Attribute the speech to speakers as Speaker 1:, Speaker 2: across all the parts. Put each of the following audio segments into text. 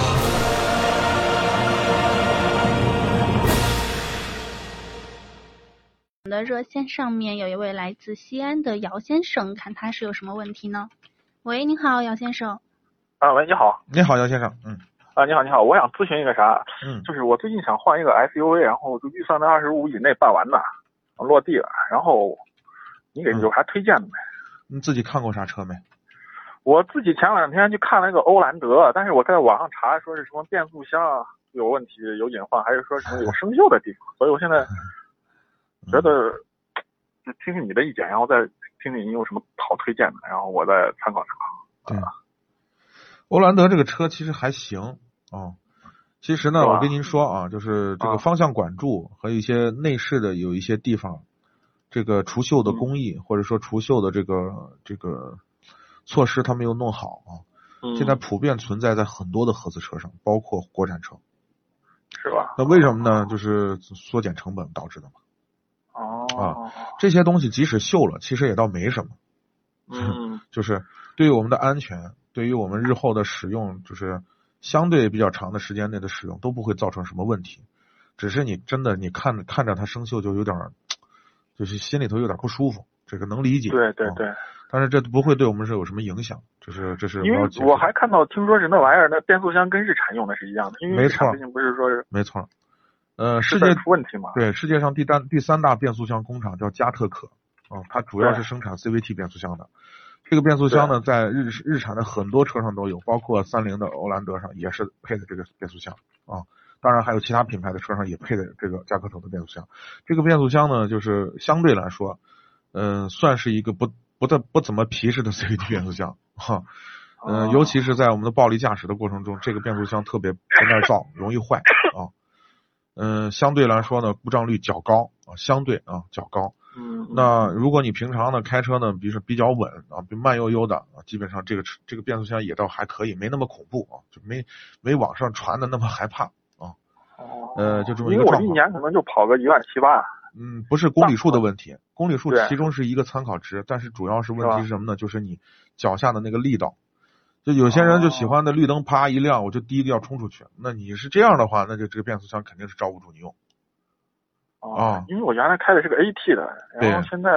Speaker 1: 我们的热线上面有一位来自西安的姚先生，看他是有什么问题呢？喂，您好，姚先生。
Speaker 2: 啊，喂，你好，
Speaker 3: 你好，姚先生，嗯
Speaker 2: 啊，你好，你好，我想咨询一个啥，
Speaker 3: 嗯
Speaker 2: 就是我最近想换一个 SUV，然后就预算在二十五以内办完的，啊落地了，然后你给
Speaker 3: 嗯
Speaker 2: 有啥推荐的没？
Speaker 3: 你自己看过啥车没？
Speaker 2: 我自己前两天去看了一个欧蓝德，但是我在网上查说是什么变速箱有问题、有隐患，还是说什么有生锈的地方，所以我现在
Speaker 3: 嗯
Speaker 2: 觉得就听听你的意见，然后再听听你有什么好推荐的，然后我再参考参考。
Speaker 3: 欧蓝德这个车其实还行啊。其实呢，
Speaker 2: 是吧
Speaker 3: 我跟您说啊，就是这
Speaker 2: 啊
Speaker 3: 个方向管柱和一些内饰的有一些地方，这个除锈的工
Speaker 2: 嗯
Speaker 3: 艺、或者说除锈的这个这个措施，它没有弄好啊。
Speaker 2: 嗯
Speaker 3: 现在普遍存在在很多的合资车上，包括国产车。
Speaker 2: 是吧？
Speaker 3: 那为什么
Speaker 2: 啊
Speaker 3: 呢？就是缩减成本导致的嘛。
Speaker 2: 哦，
Speaker 3: 这些东西即使锈了，其实也倒没什么。
Speaker 2: 嗯
Speaker 3: 就是对于我们的安全，对于我们日后的使用，就是相对比较长的时间内的使用都不会造成什么问题。只是你真的你看看着它生锈就有点儿，就是心里头有点不舒服，这个能理解。
Speaker 2: 对对
Speaker 3: 嗯
Speaker 2: 对，
Speaker 3: 但是这不会对我们是有什么影响，这是这是
Speaker 2: 因为
Speaker 3: 要解释
Speaker 2: 我还看到听说是那玩意儿，那变速箱跟日产用的是一样的，因为
Speaker 3: 没
Speaker 2: 日产
Speaker 3: 错
Speaker 2: 最近不是说是
Speaker 3: 没错儿。呃，
Speaker 2: 是
Speaker 3: 世
Speaker 2: 在
Speaker 3: 界
Speaker 2: 出问题嘛？
Speaker 3: 对世界上第三第三大变速箱工厂叫嘉特可，啊、它主要
Speaker 2: 对
Speaker 3: 是生产 CVT 变速箱的。这个变速箱呢，在日日产的很多车上都有，包括三菱的欧蓝德上也是配的这个变速箱啊、当然还有其他品牌的车上也配的这个加克头的变速箱。这个变速箱呢，就是相对来说，嗯、算是一个不不太不怎么皮实的 CVT 变速箱哈。
Speaker 2: 哦
Speaker 3: 嗯、尤其是在我们的暴力驾驶的过程中，这个变速箱特别不耐造，容易坏啊。嗯、相对来说呢，故障率较高啊，相对啊较高。
Speaker 2: 嗯，
Speaker 3: 那如果你平常呢开车呢，比如说比较稳啊，比慢悠悠的啊，基本上这个车这个变速箱也倒还可以，没那么恐怖啊，就没没网上传的那么害怕。
Speaker 2: 哦
Speaker 3: 呃就这么一
Speaker 2: 因
Speaker 3: 个
Speaker 2: 为我
Speaker 3: 状
Speaker 2: 一
Speaker 3: 况
Speaker 2: 年可能就跑个一万七八，
Speaker 3: 嗯，不是公里数的问题，公里数
Speaker 2: 对
Speaker 3: 其中是一个参考值，但是主要是问
Speaker 2: 是吧
Speaker 3: 题是什么呢？就是你脚下的那个力道。就有些人就喜
Speaker 2: 哦
Speaker 3: 欢的绿灯啪一亮，我就第一个要冲出去。那你是这样的话，那就这个变速箱肯定是招不住你用。
Speaker 2: 哦
Speaker 3: 啊，
Speaker 2: 因为我原来开的是个 AT 的，然后
Speaker 3: 对
Speaker 2: 现在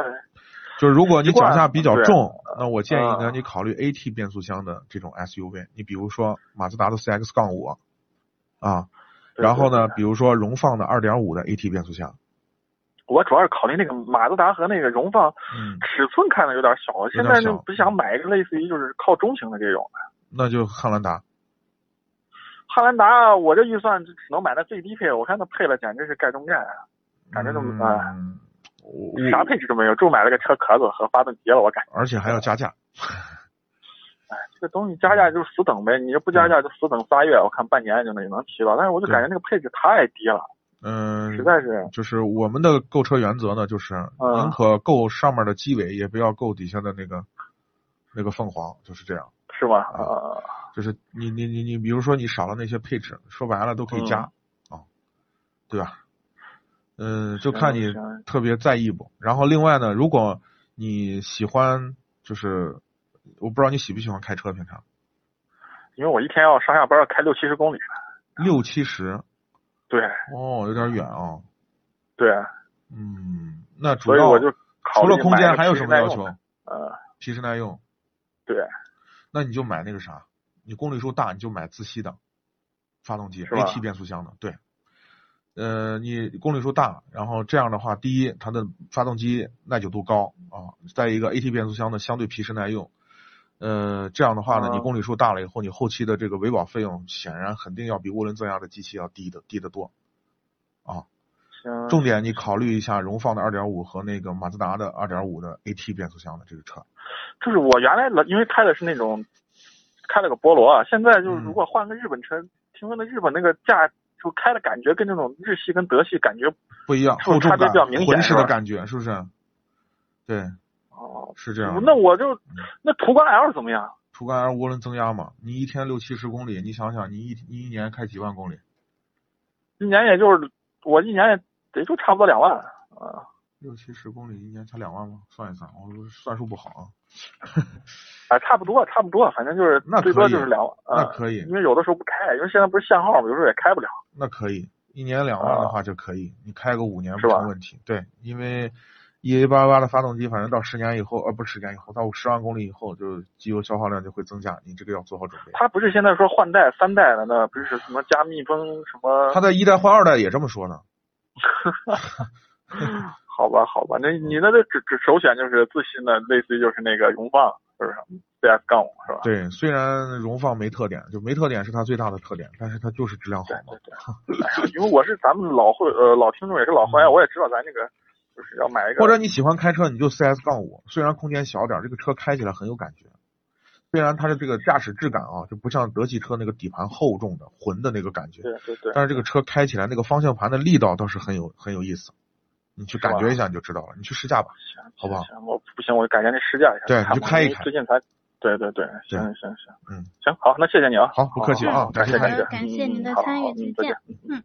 Speaker 3: 就是如果你脚下比较
Speaker 2: 习
Speaker 3: 重，那我建议呢，
Speaker 2: 啊
Speaker 3: 你考虑 AT 变速箱的这种 SUV。你比如说马自达的 CX 杠五啊，
Speaker 2: 对
Speaker 3: 然后
Speaker 2: 对
Speaker 3: 呢，比如说荣放的2.5的 AT 变速箱，
Speaker 2: 我主要是考虑那个马自达和那个荣放
Speaker 3: 嗯，
Speaker 2: 尺寸看着有点小，现
Speaker 3: 点
Speaker 2: 在就
Speaker 3: 小嗯
Speaker 2: 不想买一个类似于就是靠中型的这种。
Speaker 3: 那就汉兰达。
Speaker 2: 汉兰达，我这预算就只能买那最低配，我看它配了简直是盖中盖，感觉就哎
Speaker 3: 嗯，我我
Speaker 2: 啥配置都没有，就买了个车壳子和发动机了。我感觉
Speaker 3: 而且还要加价。
Speaker 2: 这东西加价就是死等呗，你这不
Speaker 3: 嗯
Speaker 2: 加价就死等仨月，我看半年就能也能提到。但是我就感觉那个配置太低了，
Speaker 3: 嗯，
Speaker 2: 实在是
Speaker 3: 就是我们的购车原则呢，就是
Speaker 2: 嗯
Speaker 3: 宁可够上面的鸡尾，也不要够底下的那个那个凤凰，就是这样。
Speaker 2: 是吧？
Speaker 3: 嗯
Speaker 2: 呃，
Speaker 3: 就是你你你你，比如说你少了那些配置，说白了都可以加、啊，对吧？嗯，就看你
Speaker 2: 嗯行行
Speaker 3: 特别在意不。然后另外呢，如果你喜欢，就是我不知道你喜不喜欢开车，平
Speaker 2: 啊
Speaker 3: 常
Speaker 2: 因为我一天要上下班要开六七十公里，
Speaker 3: 六七十
Speaker 2: 对
Speaker 3: 哦，有点远啊。
Speaker 2: 对，
Speaker 3: 嗯，那主
Speaker 2: 所以
Speaker 3: 要
Speaker 2: 我就考
Speaker 3: 除
Speaker 2: 虑
Speaker 3: 了空
Speaker 2: 买
Speaker 3: 间
Speaker 2: 个
Speaker 3: 还有
Speaker 2: 皮
Speaker 3: 什
Speaker 2: 实
Speaker 3: 么
Speaker 2: 耐
Speaker 3: 要
Speaker 2: 用
Speaker 3: 求
Speaker 2: 的？呃，
Speaker 3: 皮实耐用，
Speaker 2: 对，
Speaker 3: 那你就买那个啥，你公里数大你就买自吸的发动机
Speaker 2: 是吧
Speaker 3: ，AT 变速箱的，对。呃，你公里数大，然后这样的话，第一，它的发动机耐久度高啊，再一个 AT 变速箱的相对皮实耐用，呃，这样的话呢，你
Speaker 2: 啊
Speaker 3: 公里数大了以后，你后期的这个维保费用显然肯定要比涡轮增压的机器要低的低得多。啊，
Speaker 2: 行，
Speaker 3: 重点你考虑一下荣放的2.5和那个马自达的2.5的 AT 变速箱的这个车。
Speaker 2: 就是我原来老因为开的是那种开了个菠萝，啊，现在就是
Speaker 3: 嗯
Speaker 2: 如果换个日本车，听说那日本那个架就开的感觉跟那种日系跟德系感觉
Speaker 3: 不一样，
Speaker 2: 是不
Speaker 3: 厚
Speaker 2: 是
Speaker 3: 重
Speaker 2: 差别
Speaker 3: 感
Speaker 2: 比较明、显
Speaker 3: 浑
Speaker 2: 是
Speaker 3: 实的
Speaker 2: 吧
Speaker 3: 感觉，是不是？对，
Speaker 2: 哦，
Speaker 3: 是这啊嗯样的。
Speaker 2: 那我就那途观 L 怎么样？
Speaker 3: 途观 L 涡轮增压嘛，你一天六七十公里，你想想，你一你一年开几万公里？
Speaker 2: 一年也就是我一年也得就差不多两万啊，
Speaker 3: 六七十公里一年才两万吗？算一算，我算数不好啊。
Speaker 2: 哎，差不多差不多，反正就是
Speaker 3: 那
Speaker 2: 最
Speaker 3: 可
Speaker 2: 多
Speaker 3: 以
Speaker 2: 就是两万，
Speaker 3: 那
Speaker 2: 啊，
Speaker 3: 可以，
Speaker 2: 因为有的时候不开，因为现在不是限号嘛，有时候也开不了。
Speaker 3: 那可以，一年两万的话就可以，你开个五年
Speaker 2: 啊是
Speaker 3: 不
Speaker 2: 吧
Speaker 3: 成问题。对，因为 EA 八八的发动机，反正到十年以后，呃，不是十年以后，到十万公里以后，就机油消耗量就会增加，你这个要做好准备。
Speaker 2: 他不是现在说换代三代了呢，不是什么加密封什么？
Speaker 3: 他在一代换二代也这么说呢。
Speaker 2: 好吧，好吧，那你那就只只首选就是自新的，类似于就是那个荣放，是不是？CS 杠五是吧？
Speaker 3: 对，虽然荣放没特点，就没特点是它最大的特点，但是它就是质量好
Speaker 2: 对
Speaker 3: 嘛
Speaker 2: 对。对。哎呀，因为我是咱们老会呃老听众，也是老会员，
Speaker 3: 嗯
Speaker 2: 我也知道咱这个就是要买一个。
Speaker 3: 或者你喜欢开车，你就 CS 杠五，虽然空间小点儿，这个车开起来很有感觉。虽然它的这个驾驶质感啊，就不像德系车那个底盘厚重的浑的那个感觉，
Speaker 2: 对对对，
Speaker 3: 但是这个车开起来那个方向盘的力道倒是很有很有意思。你去感觉一下你就知道了，你去试驾吧。
Speaker 2: 行
Speaker 3: 好不好
Speaker 2: 行，我不行，我改天去试驾一下。
Speaker 3: 对
Speaker 2: 看
Speaker 3: 你就
Speaker 2: 吧
Speaker 3: 开一
Speaker 2: 因为
Speaker 3: 开
Speaker 2: 最近才，对对对，行行行，
Speaker 3: 嗯，
Speaker 2: 行，好，那谢谢你啊。
Speaker 3: 好不客气啊
Speaker 2: 感
Speaker 3: 感谢
Speaker 2: 谢
Speaker 3: 参
Speaker 2: 您
Speaker 3: 与
Speaker 2: 的，
Speaker 1: 感谢
Speaker 2: 嗯
Speaker 1: 您的
Speaker 2: 好好
Speaker 1: 参与
Speaker 2: 好嗯
Speaker 1: 再
Speaker 2: 再
Speaker 1: 见
Speaker 2: 见。